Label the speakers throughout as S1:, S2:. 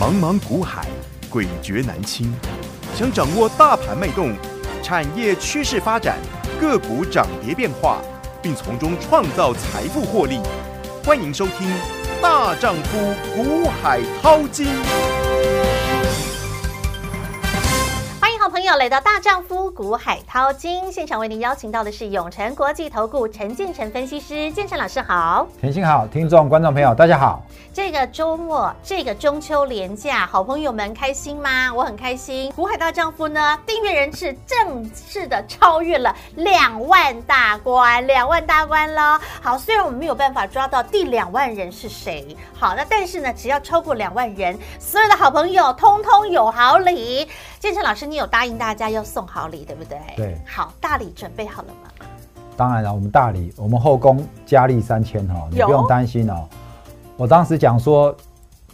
S1: 茫茫股海，诡谲难清。想掌握大盘脉动、产业趋势发展、个股涨跌变化，并从中创造财富获利，欢迎收听《大丈夫股海淘金》。
S2: 欢迎好朋友来到大丈夫股海淘金现场，为您邀请到的是永诚国际投顾陈建成分析师，建成老师好。
S3: 甜心好，听众观众朋友大家好。
S2: 这个周末，这个中秋连假，好朋友们开心吗？我很开心。股海大丈夫呢，订阅人次正式的超越了两万大关，两万大关了。好，虽然我们没有办法抓到第两万人是谁，好，那但是呢，只要超过两万人，所有的好朋友通通有好礼。建成老师，你有答应大家要送好礼，对不对？
S3: 对
S2: 好，大礼准备好了吗？
S3: 当然了，我们大理，我们后宫佳丽三千哦，你
S2: 有
S3: 不用担心哦。我当时讲说，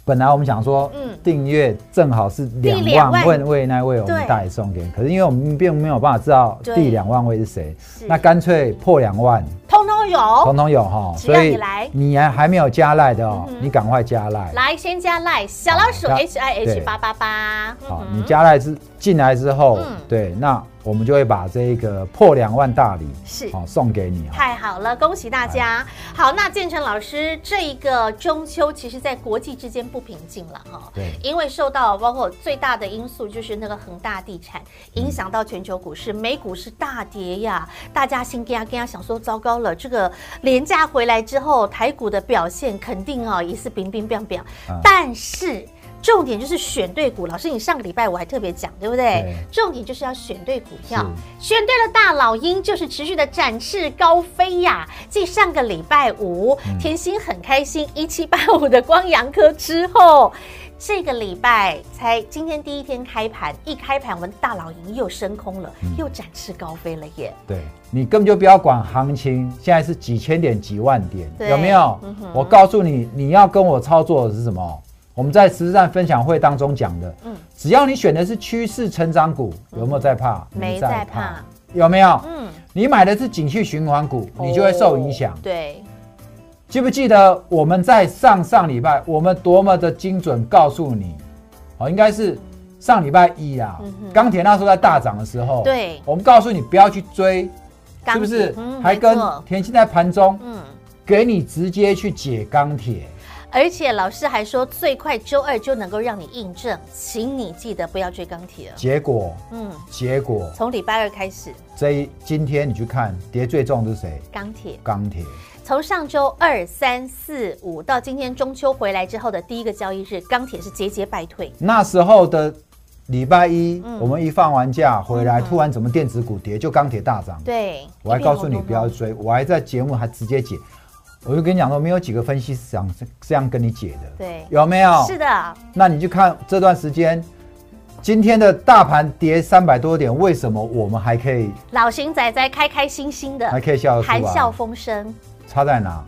S3: 本来我们想说，
S2: 嗯
S3: 订阅正好是两
S2: 第两万
S3: 万位位那位，我们
S2: 对
S3: 大理送给你。可是因为我们并没有办法知道
S2: 对
S3: 第两万位是谁，
S2: 是
S3: 那干脆破两万，
S2: 通通有。
S3: 统统有哈、
S2: 只要你来
S3: 你还还没有加赖的哦，
S2: 嗯哼
S3: 你赶快加赖。
S2: 来，先加 line 小老鼠
S3: 好
S2: H I H
S3: 对
S2: 八八八。
S3: 好，
S2: 嗯
S3: 你加赖之进来之后，
S2: 嗯
S3: 对，那我们就会把这个破两万大礼
S2: 是
S3: 好、送给你哦。
S2: 太好了，恭喜大家！好，那建成老师，这一个中秋其实在国际之间不平静了哈、
S3: 对
S2: 因为受到包括最大的因素就是那个恒大地产影响到全球股市，美股是大跌呀，大家心跟呀跟呀想说糟糕了，这个廉价回来之后，台股的表现肯定哦也是冰冰冰冰，
S3: 嗯
S2: 但是。重点就是选对股，老师，你上个礼拜我还特别讲，对不对？
S3: 对
S2: 重点就是要选对股票，选对了大老鹰，就是持续的展翅高飞呀。继上个礼拜五，
S3: 嗯
S2: 甜心很开心一七八五的光阳科之后，这个礼拜才今天第一天开盘，一开盘我们大老鹰又升空了，
S3: 嗯
S2: 又展翅高飞了耶。
S3: 对你根本就不要管行情，现在是几千点、几万点，
S2: 对
S3: 有没有？
S2: 嗯哼
S3: 我告诉你，你要跟我操作的是什么？我们在实战分享会当中讲的，
S2: 嗯
S3: 只要你选的是趋势成长股，有没有在怕？
S2: 嗯没在怕
S3: 有没有？
S2: 嗯，
S3: 你买的是景气循环股，你就会受影响
S2: 哦。对，
S3: 记不记得我们在上上礼拜，我们多么的精准告诉你，哦，应该是上礼拜一啊
S2: 嗯哼，
S3: 钢铁那时候在大涨的时候，
S2: 对
S3: 我们告诉你不要去追，是不是
S2: 钢铁？嗯
S3: 还跟
S2: 没错
S3: 田心在盘中
S2: 嗯。
S3: 给你直接去解钢铁，
S2: 而且老师还说，最快周二就能够让你印证，请你记得不要追钢铁了。
S3: 结果
S2: 嗯，
S3: 结果
S2: 从礼拜二开始，
S3: 这一今天你去看跌最重的是谁？
S2: 钢铁
S3: 钢铁，
S2: 从上周二、三、四、五到今天中秋回来之后的第一个交易日，钢铁是节节败退。
S3: 那时候的。礼拜一
S2: 嗯，
S3: 我们一放完假回来，
S2: 嗯
S3: 突然怎么电子股跌，就钢铁大涨。
S2: 对，
S3: 我还告诉你
S2: 一片
S3: 不要
S2: 红彤彤
S3: 追，我还在节目还直接解，我就跟你讲说，没有几个分析师想这这样跟你解的，
S2: 对
S3: 有没有？
S2: 是。的，
S3: 那你就看这段时间，今天的大盘跌三百多点，为什么我们还可以
S2: 老邢仔仔开开心心的，
S3: 还可以笑得出来
S2: 谈笑风生。
S3: 差在哪？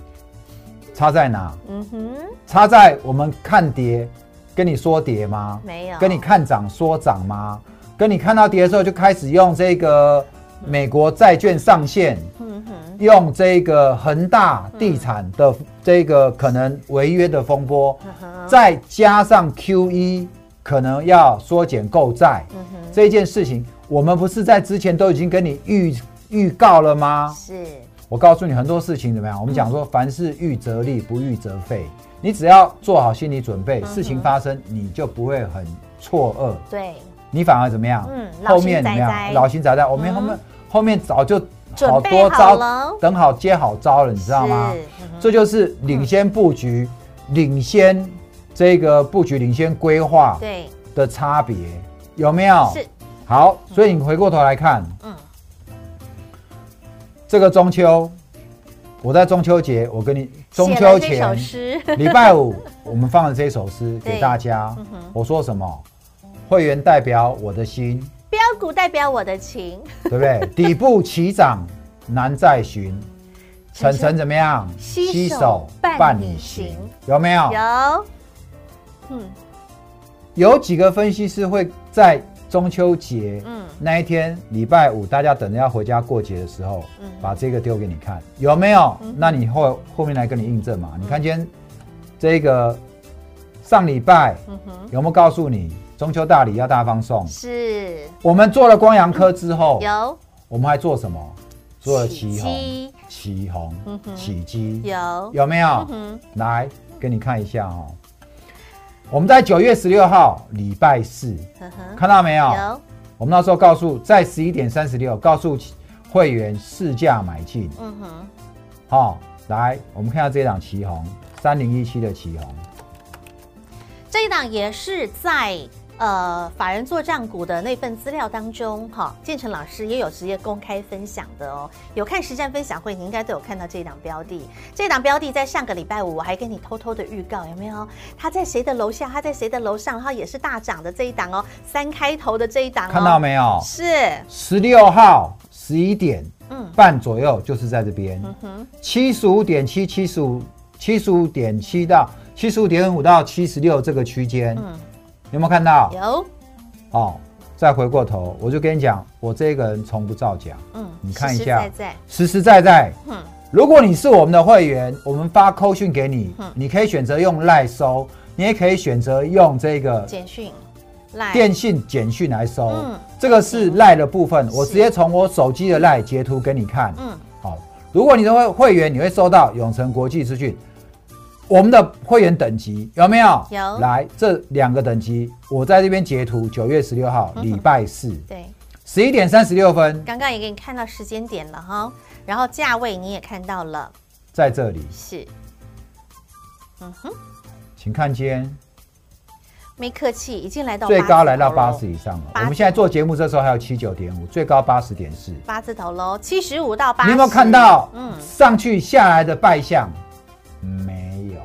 S3: 差在哪？
S2: 嗯哼，
S3: 差在我们看跌，跟你说跌吗？
S2: 没有
S3: 跟你看涨说涨吗？跟你看到跌的时候就开始用这个美国债券上限。
S2: 嗯哼，
S3: 用这个恒大地产的这个可能违约的风波，
S2: 嗯哼，
S3: 再加上 Q E 可能要缩减购债
S2: 嗯哼，
S3: 这件事情，我们不是在之前都已经跟你预预告了吗？
S2: 是
S3: 我告诉你很多事情
S2: 嗯
S3: 怎么样？我们讲说，凡事预则立，不预则废。你只要做好心理准
S2: 嗯
S3: 备，事情发生你就不会很错愕。
S2: 对，
S3: 你反而怎么样？
S2: 嗯老
S3: 后面怎
S2: 心
S3: 么
S2: 仔仔
S3: 样？老心仔仔，我们
S2: 嗯
S3: 后面、后面早就
S2: 准
S3: 好
S2: 备
S3: 多
S2: 好
S3: 招，
S2: 了
S3: 等好接好招了，你知道吗？
S2: 是嗯嗯哼
S3: 这就是领先布局、领先这个布局、领先规划
S2: 对，
S3: 的差别，有没有？
S2: 是，
S3: 好，所以你回过头来看
S2: 嗯，
S3: 这个中秋，我在中秋节，我跟你中
S2: 写
S3: 秋
S2: 了这首
S3: 前
S2: 诗，
S3: 礼拜五我们放了这首诗
S2: 对
S3: 给大家
S2: 嗯哼，
S3: 我说什么？会员代表我的心。
S2: 标股代表我的情，
S3: 对 不对？底部起涨难再寻，
S2: 晨
S3: 晨
S2: 晨
S3: 晨怎么样？
S2: 携手伴
S3: 伴
S2: 你
S3: 你
S2: 行
S3: 行，有没有？
S2: 有，嗯
S3: 有几个分析师会在中秋节
S2: 嗯
S3: 那一天，礼拜五大家等着要回家过节的时候
S2: 嗯，
S3: 把这个丢给你看，有没有
S2: 嗯？
S3: 那你后后面来跟你印证嘛？你看今天这个上礼拜
S2: 嗯哼，
S3: 有没有告诉你中秋大礼要大放送？
S2: 是
S3: 我们做了光阳科之后，
S2: 有
S3: 我们还做什么？做了
S2: 起鸡、
S3: 旗红旗
S2: 嗯
S3: 红、
S2: 哼
S3: 起鸡，
S2: 有，
S3: 有没
S2: 嗯
S3: 有？
S2: 哼，
S3: 来给你看一下哦。我们在九月十六号礼拜四，
S2: 呵呵，
S3: 看到没有？
S2: 嗯有，
S3: 我们那时候告诉在十一点三十六告诉会员市价买进，
S2: 嗯哼，
S3: 好、来我们看一下这一档旗红三零一七的旗红，
S2: 这一档也是在。呃，法人做账股的那份资料当中，哈，建成老师也有直接公开分享的哦。有看实战分享会，你应该都有看到这一档标的。这一档标的在上个礼拜五，我还跟你偷偷的预告，有没有？它在谁的楼下？它在谁的楼上？然后也是大涨的这一档哦，三开头的这一档、哦，
S3: 看到？没有？
S2: 是，
S3: 十六号十一点
S2: 嗯
S3: 半左右就是在这边，
S2: 嗯哼，
S3: 七十五点七、七十五、七十五点七到七十五点五到七十六这个区间，
S2: 嗯，
S3: 有没有看到？
S2: 有，
S3: 哦，再回过头，我就跟你讲，我这个人从不造假，
S2: 嗯，
S3: 你看一
S2: 实实
S3: 下
S2: 在在，
S3: 实实在在。
S2: 嗯，
S3: 如果你是我们的会员，我们发扣讯给你
S2: 嗯，
S3: 你可以选择用赖收，你也可以选择用这个
S2: 简讯，来，
S3: 电信简讯来收。
S2: 嗯
S3: 这个是赖的部分，我
S2: 是
S3: 直接从我手机的赖截图给你看。
S2: 嗯，
S3: 好，如果你的会会员，你会收到永诚国际资讯。我们的会员等级有没有？
S2: 有
S3: 来，这两个等级，我在这边截图，九月十六
S2: 嗯
S3: 号，礼拜四，
S2: 对，
S3: 十一点三十六分，
S2: 刚刚也给你看到时间点了哈，然后价位你也看到了，
S3: 在这里，
S2: 是，嗯哼，
S3: 请看今天
S2: 没客气，已经来到
S3: 最高来到
S2: 八
S3: 八
S2: 字头
S3: 十
S2: 咯，
S3: 以上了。
S2: 八
S3: 我
S2: 十
S3: 们现在做节目这时候还有七九点五，最高八十点四。
S2: 八字头喽，七十五到八，
S3: 你有没有看到
S2: 嗯，
S3: 上去下来的败相？没有，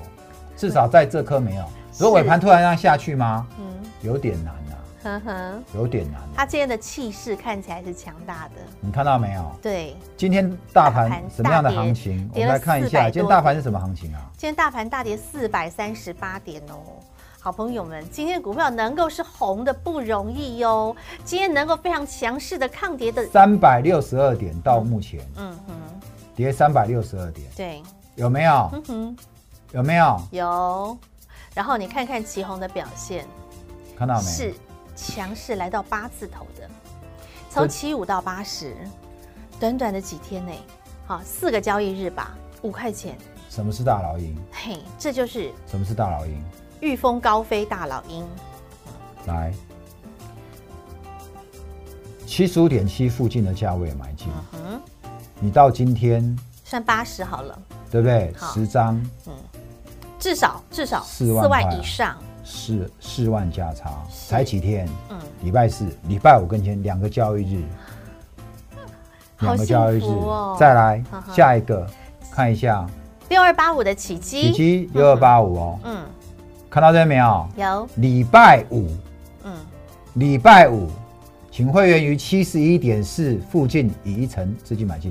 S3: 至少在这颗没有。如果尾盘突然让下去吗？
S2: 嗯，
S3: 有点难啊，
S2: 呵呵，
S3: 有点难、啊。
S2: 他今天的气势看起来是强大的，
S3: 你看到没有？
S2: 对，
S3: 今天大
S2: 大盘
S3: 盘什么样的
S2: 大跌
S3: 行情？我
S2: 跌
S3: 们
S2: 了
S3: 来看一
S2: 400
S3: 下，
S2: 多
S3: 今天大盘是什么行情啊？
S2: 今天大盘大跌四百三十八点哦。好朋友们，今天股票能够是红的不容易哟、今天能够非常强势的抗跌的，
S3: 三百六十二点到目前
S2: 嗯哼，
S3: 跌三百六十二点，
S2: 对，
S3: 有没有？
S2: 嗯哼，
S3: 有没有？
S2: 有。然后你看看旗红的表现，
S3: 看到没？
S2: 是强势来到八字头的，从七五到八十，短短的几天内，好四个交易日吧，五块钱，
S3: 什么是大老鹰？
S2: 嘿，这就是
S3: 什么是大老鹰？
S2: 御风高飞大老鹰，
S3: 来，七十五点七附近的价位买进，
S2: 嗯哼，
S3: 你到今天
S2: 算八十好了。
S3: 对不对？
S2: 好
S3: 十张
S2: 至少至少
S3: 四万块啊
S2: 以上，
S3: 四四万价差，
S2: 是
S3: 才几天？
S2: 嗯，
S3: 礼拜四、礼拜五跟前两个交易日，
S2: 好
S3: 两个
S2: 幸
S3: 交易日
S2: 福哦。
S3: 再来
S2: 呵呵
S3: 下一个，看一下
S2: 六二八五的起基，
S3: 以及六二八五哦，
S2: 嗯，
S3: 看到这边没有？
S2: 有，
S3: 礼拜五，
S2: 嗯，
S3: 礼拜五，请会员于七十一点四附近以一成资金买进。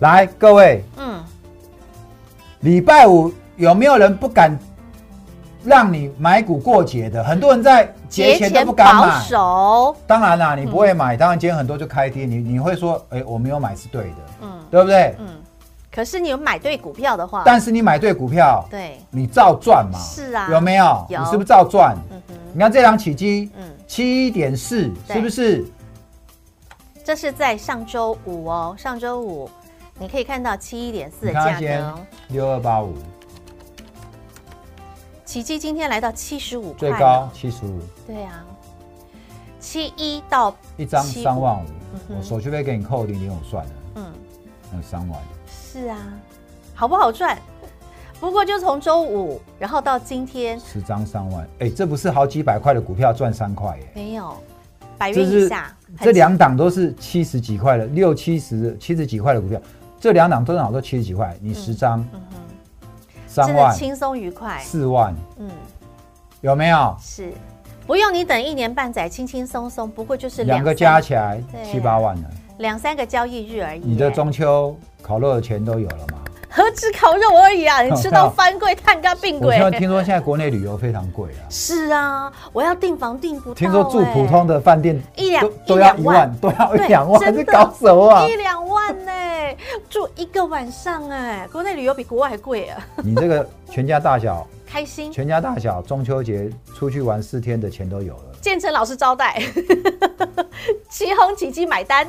S3: 来，各位，
S2: 嗯，
S3: 礼拜五有没有人不敢让你买股过节的？很多人在节前都不敢
S2: 保
S3: 买。
S2: 守，嗯
S3: 当然啦，你不会买，当然今天很多就开跌，你你会说，哎、我没有买是对的，
S2: 嗯
S3: 对不对？
S2: 嗯，可是你有买对股票的话，
S3: 但是你买对股票，
S2: 对，
S3: 你照赚嘛，
S2: 是啊
S3: 有没有？
S2: 有
S3: 你是不是照赚？
S2: 嗯哼，
S3: 你看这档起基，
S2: 嗯，
S3: 七点四，
S2: 对
S3: 是不是？
S2: 这是在上周五哦，上周五你可以看到七一点四
S3: 你
S2: 的
S3: 看
S2: 价
S3: 今
S2: 格
S3: 天
S2: 哦，
S3: 六二八五，
S2: 起基今天来到七十五块
S3: 最
S2: 了，
S3: 高七十五，
S2: 对啊，七一到
S3: 一张
S2: 七五嗯
S3: 三万五，
S2: 哼
S3: 我手续费给你扣零点五算了，
S2: 嗯。
S3: 那三万。
S2: 是啊，好不好赚？不过就从周五，然后到今天
S3: 十张三万，哎、这不是好几百块的股票赚三块耶？
S2: 没有百
S3: 这
S2: 元以
S3: 是
S2: 下，
S3: 这两档都是七十几块的，六七十七十几块的股票，这两档都涨到七十几块，你十张、
S2: 很嗯哼，
S3: 三
S2: 真的
S3: 万
S2: 轻松愉快，
S3: 四万，
S2: 嗯，
S3: 有没有？
S2: 是，不用你等一年半载，轻轻松松。不过就是
S3: 两
S2: 三
S3: 个加起来
S2: 对
S3: 七八万了，
S2: 两三个交易日而已。
S3: 你的中秋烤肉的钱都有了吗？
S2: 何止烤肉而 已啊？你吃到
S3: 我知道
S2: 翻柜、探干、并
S3: 我
S2: 鬼
S3: 听。说听说现在国内旅游非常贵啊，
S2: 是啊，我要订房订不到、欸。
S3: 听说住普通的饭店
S2: 一两
S3: 都
S2: 一
S3: 都要
S2: 两
S3: 一万，都要一
S2: 对
S3: 两万，
S2: 真
S3: 这
S2: 的
S3: 搞什么啊？
S2: 一两万呢、住一个晚上哎、国内旅游比国外还贵啊。
S3: 你这个全家大小
S2: 开心，
S3: 全家大小中秋节出去玩四天的钱都有了，
S2: 建成老师招待， 起哄起鸡买单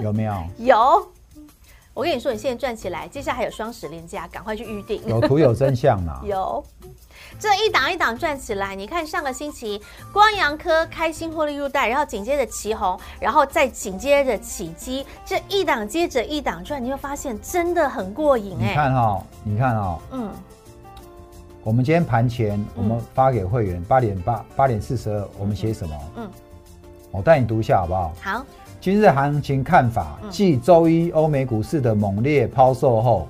S3: 有 没有？
S2: 有。我跟你说，你现在赚起来，接下来还有双十连假，赶快去预定。。
S3: 有图有真相啊啦
S2: 有，这一档一档转起来。你看上个星期光阳科开心获利入袋，然后紧接着旗红，然后再紧接着起基，这一档接着一档转，你会发现真的很过瘾
S3: 你
S2: 哎、
S3: 看哈、哦你看哈、
S2: 嗯，
S3: 我们今天盘前我们发给会员八点八八点四十二，我们写什么？
S2: 嗯
S3: 嗯，我带你读一下好不好？
S2: 好，
S3: 今日行情看法，
S2: 嗯
S3: 继周一欧美股市的猛烈抛售后，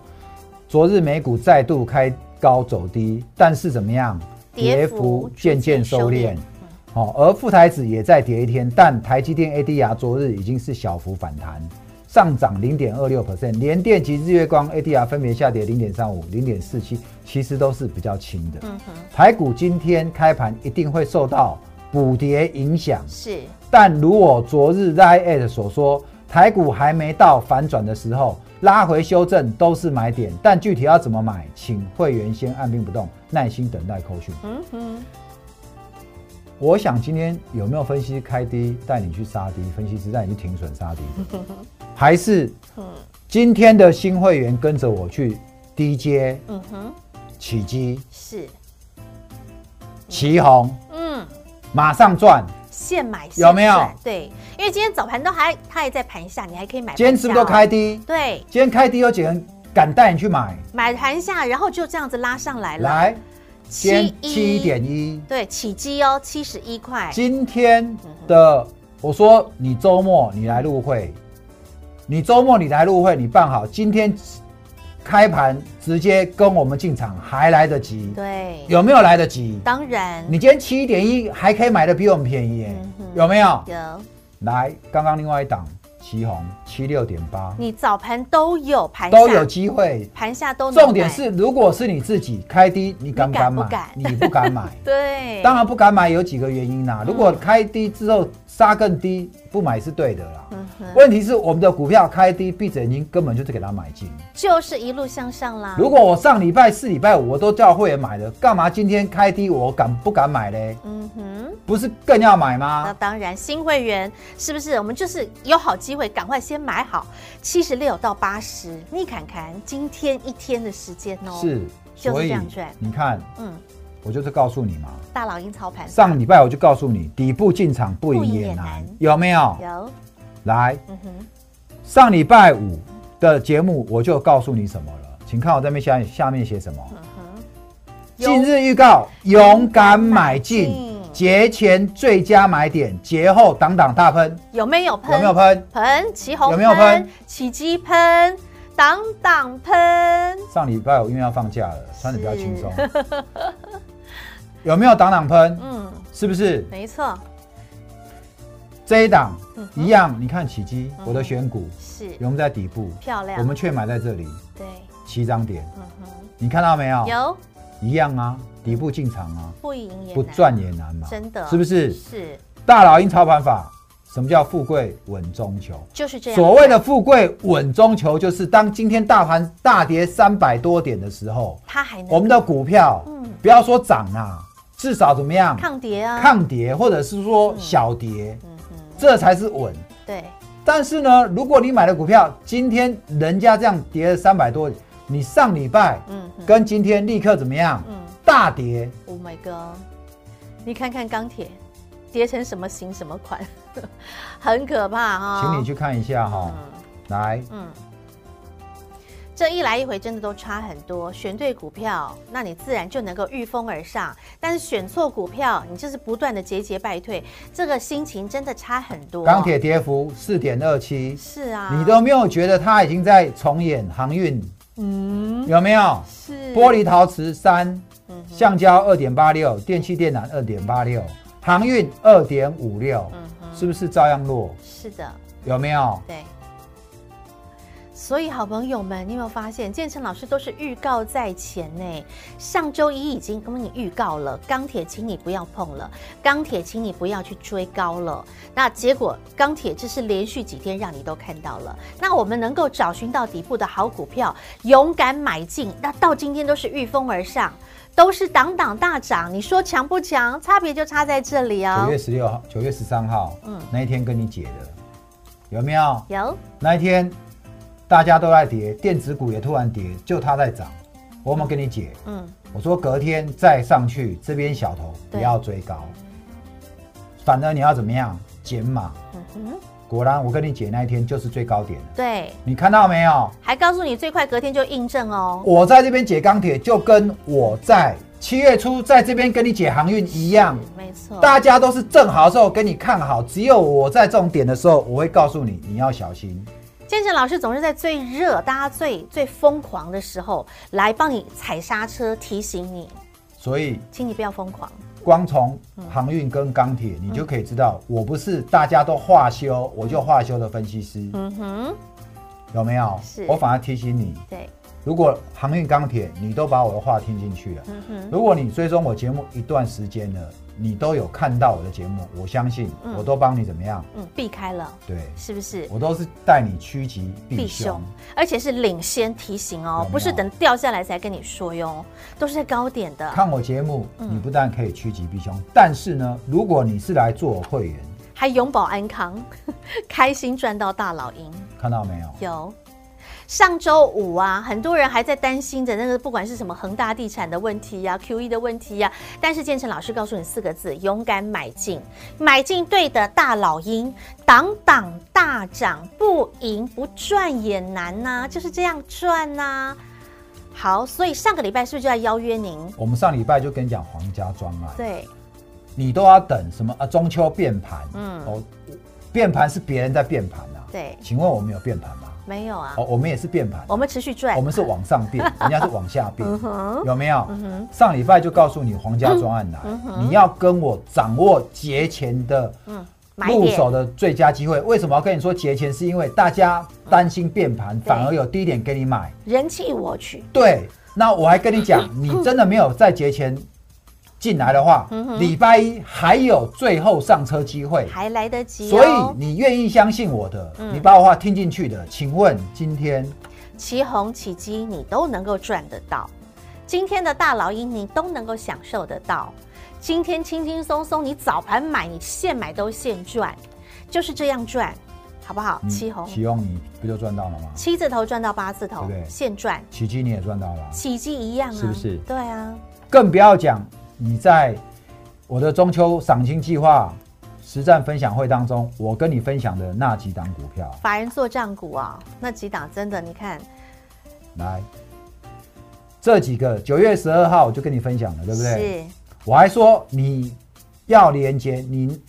S3: 昨日美股再度开高走低，但是怎么样？
S2: 跌幅
S3: 渐渐收
S2: 逐渐
S3: 敛
S2: 收敛。
S3: 哦，而富台指也再跌一天，但台积电 ADR 昨日已经是小幅反弹，上涨零点二六 percent，联电及日月光 ADR 分别下跌零点三五、零点四七，其实都是比较轻的。
S2: 嗯哼，
S3: 台股今天开盘一定会受到补跌影响，
S2: 是
S3: 但如我昨日 l i at 所说，台股还没到反转的时候，拉回修正都是买点，但具体要怎么买，请会员先按兵不动，耐心等待扣讯。
S2: 嗯哼，
S3: 我想今天有没有分析开低带你去杀低，分析师带你去停损杀低的，还是今天的新会员跟着我去低阶
S2: 嗯哼，
S3: 起基
S2: 是，
S3: 起红，
S2: 嗯，
S3: 马上赚，
S2: 现买现
S3: 有没有
S2: 赚对，因为今天早盘都还它还在盘下，你还可以买盘下哦。
S3: 今天是不是都开低？
S2: 对，
S3: 今天开低有几个人敢带你去买？
S2: 买盘下，然后就这样子拉上来了。
S3: 来，今天
S2: 71
S3: 七点一，
S2: 对，起基哦，七十一块。
S3: 今天
S2: 嗯
S3: 的我说你周末你来入会，你周末你来入会，你办好，今天开盘直接跟我们进场还来得及，
S2: 对，
S3: 有没有来得及？
S2: 当然
S3: 你今天七点一还可以买的比我们便宜耶
S2: 嗯哼，
S3: 有没有？
S2: 有。
S3: 来，刚刚另外一档旗红七六点八
S2: 你早盘都有盘下
S3: 都有机会，
S2: 盘下都能买
S3: 重点是如果是你自己开低，你敢不
S2: 你敢
S3: 敢买？
S2: 不
S3: 你不敢买。
S2: 对，嗯
S3: 当然不敢买有几个原因啦、如果开低之后杀更低，不买是对的啦。
S2: 嗯哼，
S3: 问题是我们的股票开低，闭着眼睛根本就是给它买
S2: 嗯
S3: 进。
S2: 就是一路向上啦。
S3: 如果我上礼拜四、礼拜五我都叫会员买的，干嘛今天开低我敢不敢买嘞？
S2: 嗯哼，
S3: 不是更要买
S2: 那
S3: 吗？
S2: 当然，新会员是不是我们就是有好机会，赶快先买好，七十六到八十，你看看今天一天的时间哦，
S3: 是，
S2: 就是
S3: 所
S2: 这
S3: 以
S2: 样赚
S3: 你看，
S2: 嗯，
S3: 我就是告诉你嘛，
S2: 大老鹰操盘
S3: 上礼拜我就告诉你，底部进场不
S2: 不
S3: 赢
S2: 赢
S3: 也
S2: 也
S3: 难
S2: 难，
S3: 有没有？
S2: 有，
S3: 来，
S2: 嗯哼，
S3: 上礼拜五的节目我就告诉你什么了，请看我这边下下面写什么。
S2: 嗯哼，
S3: 近日预告：勇敢买进
S2: 勇敢买进，
S3: 节前最佳买点，节后档档大喷，
S2: 有没有喷？
S3: 有没有喷？
S2: 喷？旗红
S3: 有没有喷？
S2: 起鸡喷？挡挡喷？
S3: 上礼拜我因为要放假了，穿的比较轻 松，有没有档档喷？
S2: 嗯，
S3: 是不是
S2: 没错，
S3: 这一档
S2: 嗯哼
S3: 一样？你看起基
S2: 嗯，哼啊
S3: 我的选股，
S2: 是
S3: 我们在底部，
S2: 漂亮，
S3: 我们却买在这里
S2: 对，
S3: 七张点，
S2: 嗯哼，
S3: 你看到没有？
S2: 有
S3: 一样啊，底部进场啊，
S2: 不赢也
S3: 不
S2: 难
S3: 赚也难嘛，
S2: 真的
S3: 是不是？
S2: 是
S3: 大老鹰操盘法，什么叫富贵稳中求？
S2: 就是这样。
S3: 所谓的富贵稳中求，就是当今天大盘大跌三百多点的时候，
S2: 它还能
S3: 我们的股票，
S2: 嗯
S3: 不要说涨啊，至少怎么样
S2: 抗跌啊，
S3: 抗跌，或者是说小跌，
S2: 嗯哼，
S3: 这才是稳。
S2: 对，
S3: 但是呢，如果你买的股票今天人家这样跌了三百多点，你上礼拜
S2: 嗯哼，
S3: 跟今天立刻怎么样
S2: 嗯
S3: 大跌？
S2: ，Oh my god，你看看钢铁跌成什么形什么款， 很可怕哈、
S3: 请你去看一下哈、来，
S2: 嗯，这一来一回真的都差很多。选对股票，那你自然就能够御风而上；但是选错股票，你就是不断的节节败退，这个心情真的差很多。
S3: 钢铁跌幅四点二七，
S2: 是啊，
S3: 你都没有觉得它已经在重演航运
S2: 嗯
S3: 有没有？
S2: 是
S3: 玻璃陶瓷三
S2: 嗯，哼
S3: 橡胶二点八六，电器电缆二点八六，航运二点五六，
S2: 嗯哼，
S3: 是不是照样弱？
S2: 是的，
S3: 有没有？
S2: 对。所以，好朋友们，你有没有发现，建成老师都是预告在前呢？上周一已经跟你预告了，钢铁请你不要碰了，钢铁请你不要去追高了。那结果，钢铁这是连续几天让你都看到了。那我们能够找寻到底部的好股票，勇敢买进，那到今天都是御风而上。都是档档大涨，你说强不强？差别就差在这里
S3: 九
S2: 哦
S3: 月。十六号、九月十三号，
S2: 嗯
S3: 嗯，那一天跟你解的，有没有？
S2: 有，
S3: 那一天大家都在跌，电子股也突然跌，就它在涨，我有没有跟你解？
S2: 嗯，
S3: 我说隔天再上去，这边小头不
S2: 对
S3: 要追高，反而你要怎么样减码？
S2: 嗯哼，
S3: 果然，我跟你解那一天就是最高点了，
S2: 对，
S3: 你看到没有？
S2: 还告诉你最快隔天就印证哦。
S3: 我在这边解钢铁，就跟我在七月初在这边跟你解航运一样，
S2: 是没错。
S3: 大家都是正好的时候跟你看好，只有我在重点的时候，我会告诉你你要小心。
S2: 建成老师总是在最热、大家最最疯狂的时候来帮你踩刹车，提醒你，
S3: 所以
S2: 请你不要疯狂。
S3: 光从航运跟钢铁，你就可以知道，我不是大家都化修，我就化修的分析师，
S2: 嗯哼，
S3: 有没有
S2: 是？
S3: 我反而提醒你，
S2: 对，
S3: 如果航运、钢铁你都把我的话听进去了，
S2: 嗯哼，
S3: 如果你追踪我节目一段时间了，你都有看到我的节目，我相信
S2: 嗯
S3: 我都帮你怎么样？
S2: 嗯，避开了，
S3: 对，
S2: 是不是？
S3: 我都是带你趋吉避凶。，
S2: 而且是领先提醒
S3: 有
S2: 哦
S3: 没，有
S2: 不是等掉下来才跟你说哟，都是在高点的，
S3: 看我节目，你不但可以趋吉避
S2: 嗯
S3: 凶，但是呢，如果你是来做我会员，
S2: 还永保安康， 开心赚到大老鹰。
S3: 看到没有？
S2: 有。上周五啊，很多人还在担心着那个，不管是什么恒大地产的问题呀、q e 的问题呀、但是建成老师告诉你四个字：勇敢买进，买进对的大老鹰，档档大涨，不赢不赚也难呐、就是这样赚呐、好，所以上个礼拜是不是就在邀约您？
S3: 我们上礼拜就跟你讲皇家庄啊，
S2: 对，
S3: 你都要等什么啊？中秋变盘，
S2: 嗯
S3: 嗯，哦，变盘是别人在变盘啊。
S2: 对
S3: 请问我们有变盘吗？
S2: 没有啊，
S3: 哦，我们也是变盘啊、
S2: 我们持续赚，
S3: 我们是往 上变，人家是往下变
S2: 嗯，哼
S3: 有没有？上礼拜就告诉你皇家专案来，你要跟我掌握节前的
S2: 嗯买
S3: 入手
S2: 点，
S3: 的最佳机会。为什么要跟你说节前？是因为大家担心变盘，反而有低点给你买。
S2: 人气我取，
S3: 对，那我还跟你讲，
S2: 嗯
S3: 你真的没有在节前进来的话，
S2: 嗯
S3: 礼拜一还有最后上车机会。
S2: 还来得及、哦。嗯
S3: 所以你愿意相信我的，你把我话听进去的，请问今天嗯
S2: 起红起基你都能够赚得到，今天的大老鹰你都能够享受得到。今天轻轻松松，你早盘买，你现买都现赚，就是这样赚，好不好？
S3: 你
S2: 七红
S3: 启用你不就赚到了吗？
S2: 七字头赚到八字头
S3: 对不，对
S2: 现赚，
S3: 奇迹你也赚到了啊，
S2: 起基一样啊，
S3: 是不是
S2: 对啊，
S3: 更不要讲你在我的中秋赏金计划实战分享会当中，我跟你分享的那几档股票，
S2: 法人做账股啊、那几档真的，你看
S3: 来这几个九月十二号我就跟你分享了，对不对？
S2: 是，
S3: 我还说你要连接，你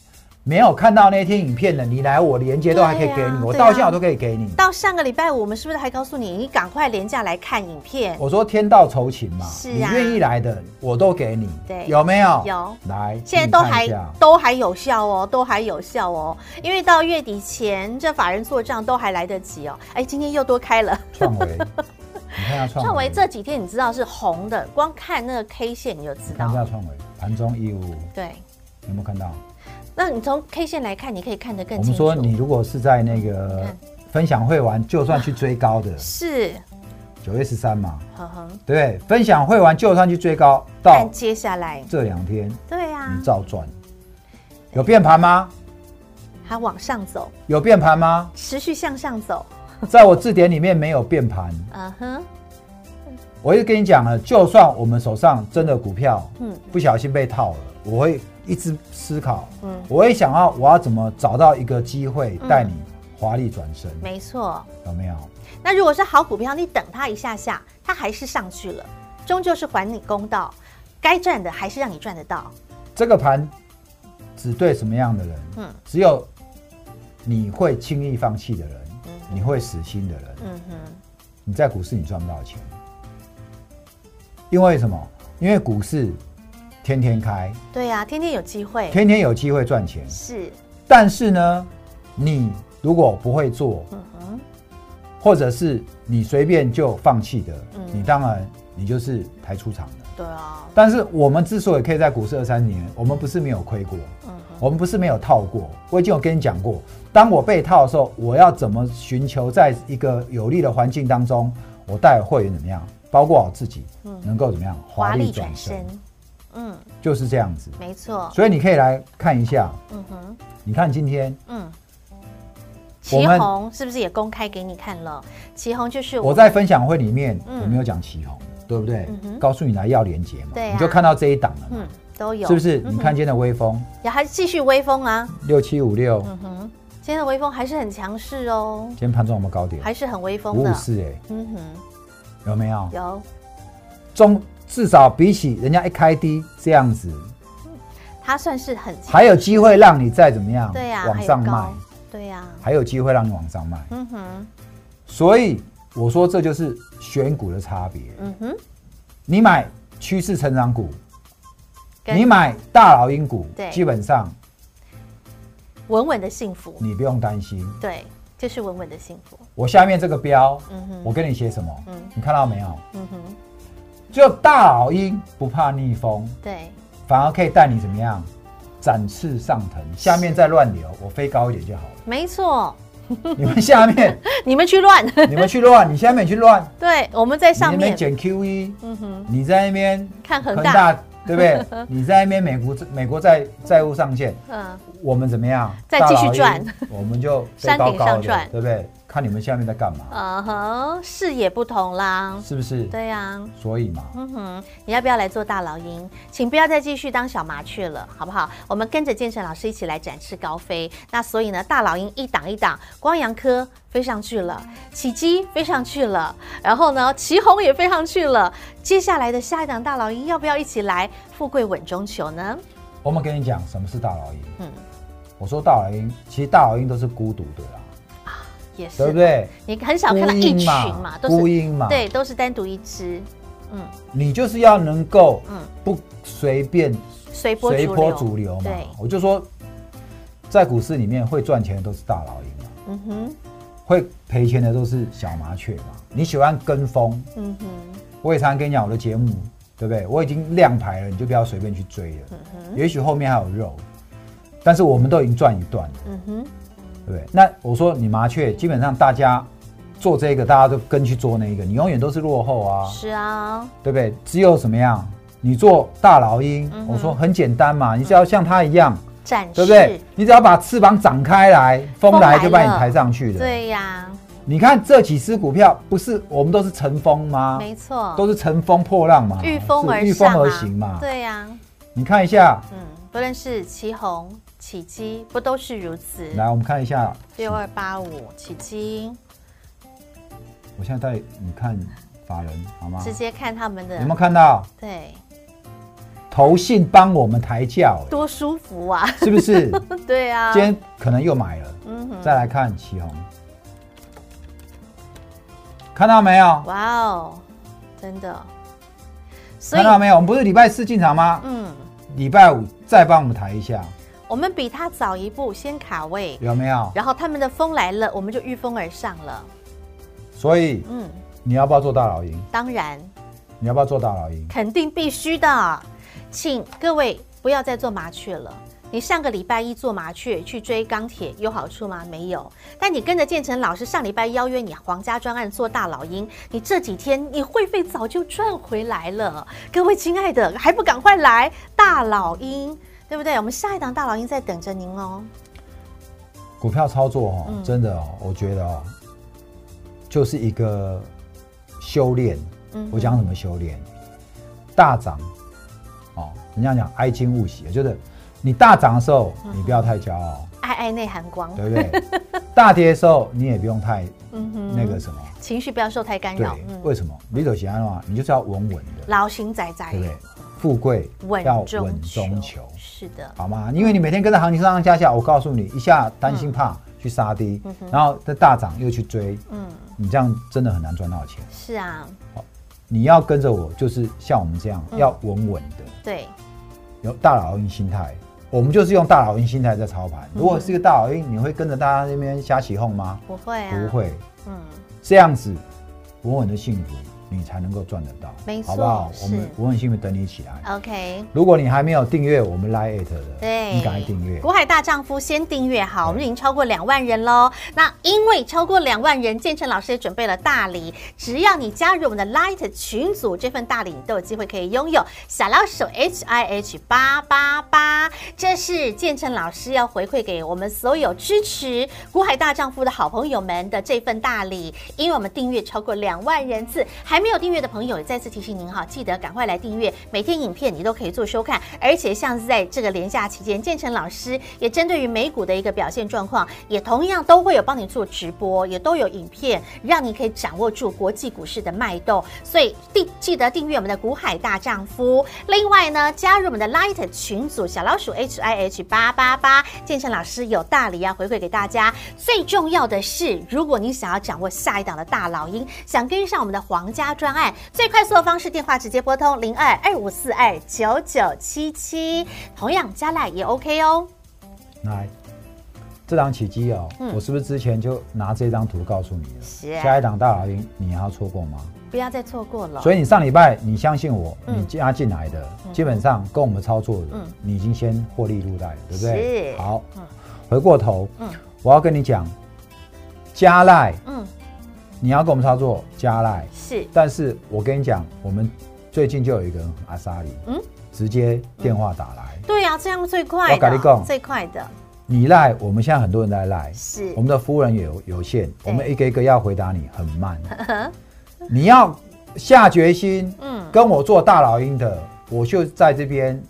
S3: 没有看到那天影片的，你来我连接都还可以给
S2: 对
S3: 你，
S2: 啊
S3: 我
S2: 对啊
S3: 到现在我都可以给你。
S2: 到上个礼拜五，我们是不是还告诉你，你赶快廉价来看影片？
S3: 我说天道酬勤嘛，
S2: 是
S3: 你
S2: 啊
S3: 愿意来的我都给你，
S2: 对
S3: 有没有？
S2: 有
S3: 来，
S2: 现在都
S3: 请你看
S2: 还
S3: 一下
S2: 都还有效哦，都还有效哦，因为到月底前这法人做账都还来得及哦。哎，今天又多开了。
S3: 创维，你看一下创
S2: 创维这几天你知道是红的，光看那个 K 线你就知
S3: 你看一
S2: 道。
S3: 下创维盘中一五五，
S2: 对，
S3: 有没有看到？
S2: 那你从 K 线来看，你可以看得更
S3: 我
S2: 清
S3: 们
S2: 楚。嗯
S3: 说你如果是在那个
S2: 看
S3: 分享会完，就算去追高的，
S2: 是，
S3: 九月十三嘛，
S2: 哼哼。
S3: 对不对？分享会完就算去追高，到
S2: 但接下来，
S3: 这两天
S2: 对啊
S3: 你，照赚，有变盘吗？
S2: 还往上走，
S3: 有变盘吗？
S2: 持续向上走。
S3: 在我字典里面没有变盘。
S2: 嗯哼，
S3: 我一直跟你讲了，就算我们手上真的股票，
S2: 嗯
S3: 嗯，不小心被套了，我会一直思考，
S2: 嗯
S3: 嗯，我会想要我要怎么找到一个机会带你华丽转身，
S2: 没错。
S3: 有没有？
S2: 那如果是好股票，你等它一下下，它还是上去了，终究是还你公道，该赚的还是让你赚得到。
S3: 这个盘只对什么样的人？
S2: 嗯
S3: 嗯，只有你会轻易放弃的人，
S2: 嗯
S3: 你会死心的人，
S2: 嗯哼，
S3: 你在股市你赚不到钱，因为什么？因为股市天天开，
S2: 对呀、天天有机会，
S3: 天天有机会赚钱，
S2: 是，
S3: 但是呢，你如果不会做，
S2: 嗯哼，
S3: 或者是你随便就放弃的，
S2: 嗯
S3: 你当然你就是抬出场的。
S2: 对啊，
S3: 但是我们之所以可以在股市二三年，我们不是没有亏过，
S2: 嗯哼，
S3: 我们不是没有套过。我已经有跟你讲过，当我被套的时候，我要怎么寻求在一个有利的环境当中，我带会员怎么样包括我自己，
S2: 嗯
S3: 能够怎么样华丽转身，，
S2: 嗯，
S3: 就是这样子。
S2: 没错，
S3: 所以你可以来看一下，
S2: 嗯哼，
S3: 你看今天
S2: 嗯。
S3: 我
S2: 旗
S3: 们
S2: 红是不是也公开给你看了？旗红就是
S3: 我在分享会里面
S2: 嗯
S3: 有没有讲旗红，对不对
S2: 嗯哼？
S3: 告诉你来要连接嘛
S2: 对，啊
S3: 你就看到这一档了嘛
S2: 嗯，都有，
S3: 是不是？你看
S2: 嗯
S3: 今天的微风
S2: 哼，也还继续威风啊，
S3: 六七五六，
S2: 嗯哼，今天的威风还是很强势哦，
S3: 今天盘中有没有高点？
S2: 还是很威
S3: 五
S2: 风
S3: 五
S2: 的，
S3: 四哎，
S2: 嗯哼，
S3: 有没有？
S2: 有，
S3: 中至少比起人家一开低这样子，
S2: 啊它算是很强，
S3: 还有机会让你再怎么样
S2: 对呀、啊还
S3: 往
S2: 有
S3: 上
S2: 高
S3: 卖，
S2: 对呀、
S3: 还有机会让你往上卖。
S2: 嗯哼，
S3: 所以我说这就是选股的差别。
S2: 嗯哼，
S3: 你买趋势成长股，
S2: 跟
S3: 你买大老鹰股
S2: 对，
S3: 基本上
S2: 稳稳的幸福，
S3: 你不用担心。
S2: 对，就是稳稳的幸福，
S3: 我下面这个标，
S2: 嗯哼
S3: 我跟你写什么
S2: 嗯？
S3: 你看到没有？
S2: 嗯哼，
S3: 只有大老鹰不怕逆风，
S2: 对，
S3: 反而可以带你怎么样？展翅上腾，下面再乱流，我飞高一点就好 了。
S2: 没错，
S3: 你们下面，
S2: 你们去 乱，
S3: 你们去乱，你下面去乱，
S2: 对，我们在
S3: 你在
S2: 上
S3: 那边
S2: 面，
S3: 捡 QE，
S2: 嗯哼，
S3: 你在那边
S2: 看恒大
S3: 对不对？ 你在那边美国美国债债务上限，
S2: 嗯，
S3: 我们怎么样？
S2: 再继续
S3: 大老鹰
S2: 赚，
S3: 我们就飞
S2: 山顶
S3: 高高
S2: 上
S3: 的
S2: 转
S3: 对不对？看你们下面在干嘛，
S2: 嗯哼，视野不同啦，
S3: 是不是？
S2: 对呀、
S3: 所以嘛，
S2: 嗯哼，你要不要来做大老鹰？请不要再继续当小麻雀了，好不好？我们跟着建成老师一起来展翅高飞。那所以呢，大老鹰一档一档，光阳科飞上去了，启基飞上去了，然后呢，旗红也飞上去了。接下来的下一档大老鹰，要不要一起来富贵稳中求呢？
S3: 我们跟你讲什么是大老鹰。
S2: 嗯，
S3: 我说大老鹰，其实大老鹰都是孤独的啦，
S2: 也是，
S3: 对不？对？
S2: 你很少看到一群嘛，都
S3: 孤
S2: 是
S3: 鹰嘛，
S2: 对，都是单独一只，嗯，
S3: 你就是要能够
S2: 嗯
S3: 不随便
S2: 随嗯波
S3: 随
S2: 逐
S3: 波
S2: 流，
S3: 逐流嘛
S2: 对。，
S3: 我就说，在股市里面会赚钱的都是大老鹰嘛，
S2: 嗯哼，
S3: 会赔钱的都是小麻雀嘛。你喜欢跟风，
S2: 嗯哼，
S3: 我也常常跟你讲我的节目，对不对？我已经亮牌了，你就不要随便去追了。
S2: 嗯哼，
S3: 也许后面还有肉，但是我们都已经赚一段了，
S2: 嗯哼，
S3: 对不对？那我说你麻雀，基本上大家做这个，大家都跟去做那个，你永远都是落后啊，
S2: 是啊，
S3: 对不对？只有怎么样？你做大老鹰，
S2: 嗯哼嗯
S3: 我说很简单嘛，你只要像它一样，
S2: 展示，
S3: 对不对？你只要把翅膀展开来，风来就把你
S2: 风来了
S3: 抬上去了。
S2: 对呀，
S3: 你看这几只股票，不是我们都是乘风吗？
S2: 没错，
S3: 啊都是乘风破浪嘛，
S2: 御风
S3: 是
S2: 而上、啊、
S3: 御风而行嘛。
S2: 对呀、
S3: 你看一下，
S2: 嗯，不论是旗红、起基，不都是如此？
S3: 来我们看一下，
S2: 六二八五起基，
S3: 我现在带你看法人好吗？
S2: 直接看他们
S3: 有
S2: 的
S3: 没有，啊看到
S2: 对，
S3: 投信帮我们抬轿、欸
S2: 多舒服啊！
S3: 是不是？
S2: 对啊，
S3: 今天可能又买了。
S2: 嗯哼
S3: 再来看旗红，看到没有？
S2: 哇哦，真的，所以
S3: 看，到没有？我们不是礼拜四进场吗？
S2: 嗯，
S3: 礼拜五再帮我们抬一下，
S2: 我们比他早一步先卡位，
S3: 有没有？
S2: 然后他们的风来了，我们就御风而上了。
S3: 所以
S2: 嗯，
S3: 你要不要做大老鹰？
S2: 当然，
S3: 你要不要做大老鹰？
S2: 肯定必须的，请各位不要再做麻雀了。你上个礼拜一做麻雀去追钢铁有好处吗？没有。但你跟着建成老师上礼拜邀约你皇家专案做大老鹰，你这几天你会费早就赚回来了。各位亲爱的，还不赶快来大老鹰，对不对？我们下一档大老鹰在等着您哦。
S3: 股票操作哦，
S2: 嗯
S3: 真的哦，我觉得哦，就是一个修炼。
S2: 嗯
S3: 我讲什么修炼？大涨，哦，人家讲哀矜勿喜，就是你大涨的时候，
S2: 嗯
S3: 你不要太骄傲，
S2: 爱爱哎内涵光，
S3: 对不对？ 大跌的时候，你也不用太
S2: 嗯哼
S3: 那个什么。
S2: 情绪不要受太干
S3: 对
S2: 扰。，嗯
S3: 为什么？你走喜欢的话，你就是要稳稳的，
S2: 劳心仔仔，
S3: 对不对？富贵
S2: 稳
S3: 要
S2: 中
S3: 稳中求，
S2: 是的，
S3: 好吗？因为你每天跟着行情上上下下，我告诉你，一下担心怕去杀低，然后在大涨又去追，
S2: 嗯，
S3: 你这样真的很难赚到钱。
S2: 是啊，
S3: 你要跟着我，就是像我们这样，
S2: 嗯
S3: 要稳稳的。
S2: 对，
S3: 有大老鹰心态，我们就是用大老鹰心态在操盘。
S2: 嗯
S3: 如果是一个大老鹰，你会跟着大家那边瞎起哄吗？
S2: 不会啊，
S3: 不，会，
S2: 嗯，
S3: 这样子稳稳的幸福，你才能够赚得到，
S2: 没
S3: 好不好？
S2: 错
S3: 我们
S2: 是
S3: 我很幸运等你起来。
S2: OK，
S3: 如果你还没有订阅我们 Line 的，
S2: 对，
S3: 你赶快订阅
S2: 《。股海大丈夫》先订阅好，我们已经超过两万人喽。那因为超过两万人，建成老师也准备了大礼，只要你加入我们的 Light 群组，这份大礼你都有机会可以拥有。小老鼠 H I H 八八八，这是建成老师要回馈给我们所有支持《股海大丈夫》的好朋友们的这份大礼，因为我们订阅超过两万人次，还没有订阅的朋友，再次提醒您哈，记得赶快来订阅，每天影片你都可以做收看，而且像是在这个连假期间，建成老师也针对于美股的一个表现状况，也同样都会有帮你做直播，也都有影片，让你可以掌握住国际股市的脉动。所以记记得订阅我们的股海大丈夫，另外呢，加入我们的 Light 群组小老鼠 H I H 八八八，建成老师有大礼要回馈给大家。最重要的是，如果你想要掌握下一档的大老鹰，想跟上我们的皇家专案，最快速的方式电话直接拨通零二二五四二九九七七，同样加赖也 OK 哦。
S3: 来，这档起机哦，
S2: 嗯
S3: 我是不是之前就拿这张图告诉你了？
S2: 是啊
S3: 下一档大老鹰，你还要错过吗？
S2: 不要再错过了。
S3: 所以你上礼拜你相信我，
S2: 嗯
S3: 你加进来的，基本上跟我们操作的，
S2: 嗯
S3: 你已经先获利入袋了，对不对？
S2: 是
S3: 好
S2: 嗯，
S3: 回过头，
S2: 嗯
S3: 我要跟你讲，加赖
S2: 嗯，
S3: 你要跟我们操作加赖，
S2: 是
S3: 但是我跟你讲，我们最近就有一个人阿萨里，
S2: 嗯
S3: 直接电话打来，
S2: 对啊，这样最快
S3: 我跟你
S2: 的，
S3: 讲
S2: 最快的
S3: 你赖，我们现在很多人在赖，
S2: 是
S3: 我们的服务人员有有限，我们一个一个要回答你，很 慢。
S2: 呵
S3: 你要下决心，
S2: 嗯
S3: 跟我做大老鹰的，我就在这边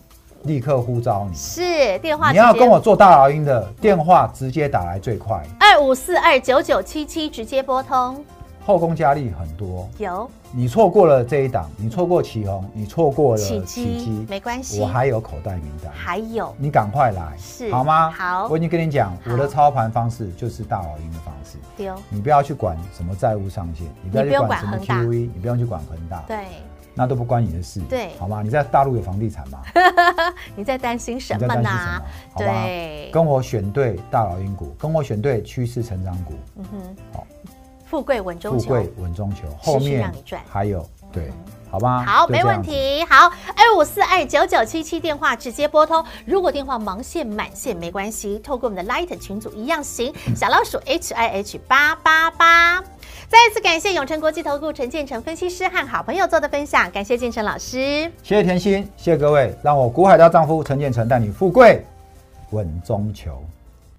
S3: 立刻呼召你。
S2: 是电话直
S3: 你
S2: 接
S3: 要跟我做大老鹰的，电话直接打来最快，
S2: 二五四二九九七七直接拨通，
S3: 后宫佳丽很多。
S2: 有
S3: 你错过了这一档，你错过起红，你错过了
S2: 起
S3: 起
S2: 机
S3: 机，
S2: 没关系
S3: 我还有口袋名单，
S2: 还有
S3: 你赶快来，
S2: 是
S3: 好吗？
S2: 好
S3: 我已经跟你讲，
S2: 好
S3: 我的操盘方式就是大老鹰的方式。
S2: 丢，
S3: 你不要去管什么债务上限，你不要
S2: 你不
S3: 去
S2: 用
S3: 管什么
S2: 管恒大
S3: QV，你不用去管恒大，
S2: 对，
S3: 那都不关你的事，
S2: 对
S3: 好吗？你在大陆有房地产吗？
S2: 你在担心什
S3: 你在
S2: 么
S3: 担心
S2: 呢
S3: 什么？？好吧，
S2: 啊对，
S3: 跟我选对大老鹰股，跟我选对趋势成长股，
S2: 嗯哼，
S3: 好
S2: 富贵稳中
S3: 富
S2: 求。
S3: 贵稳中求，
S2: 持续
S3: 后面
S2: 让你赚嗯
S3: 还有对，好吧？
S2: 好，
S3: 就
S2: 没
S3: 这
S2: 问
S3: 样子。
S2: 题。好，二五四二九九七七电话直接拨通。如果电话忙线满线没关系，透过我们的 Light 群组一样行。
S3: 嗯
S2: 小老鼠 H I H 八八八。再一次感谢永诚国际投顾陈建成分析师和好朋友做的分享，感谢建成老师。
S3: 谢谢甜心，谢谢各位，让我古海大丈夫陈建成带你富贵稳中求。